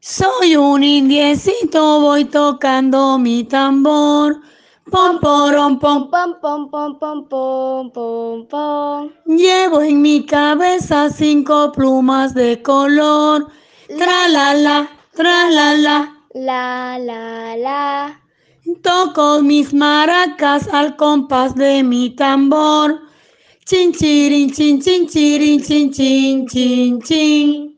Soy un indiecito, voy tocando mi tambor. Pom, porom, pom, Pom, pom, pom, pom, pom, pom, pom. Llevo en mi cabeza cinco plumas de color. Tra la la, tra la la. La, la, la. Toco mis maracas al compás de mi tambor. Chin, chirin, chin, chin, chirin, chin, chin, chin, chin.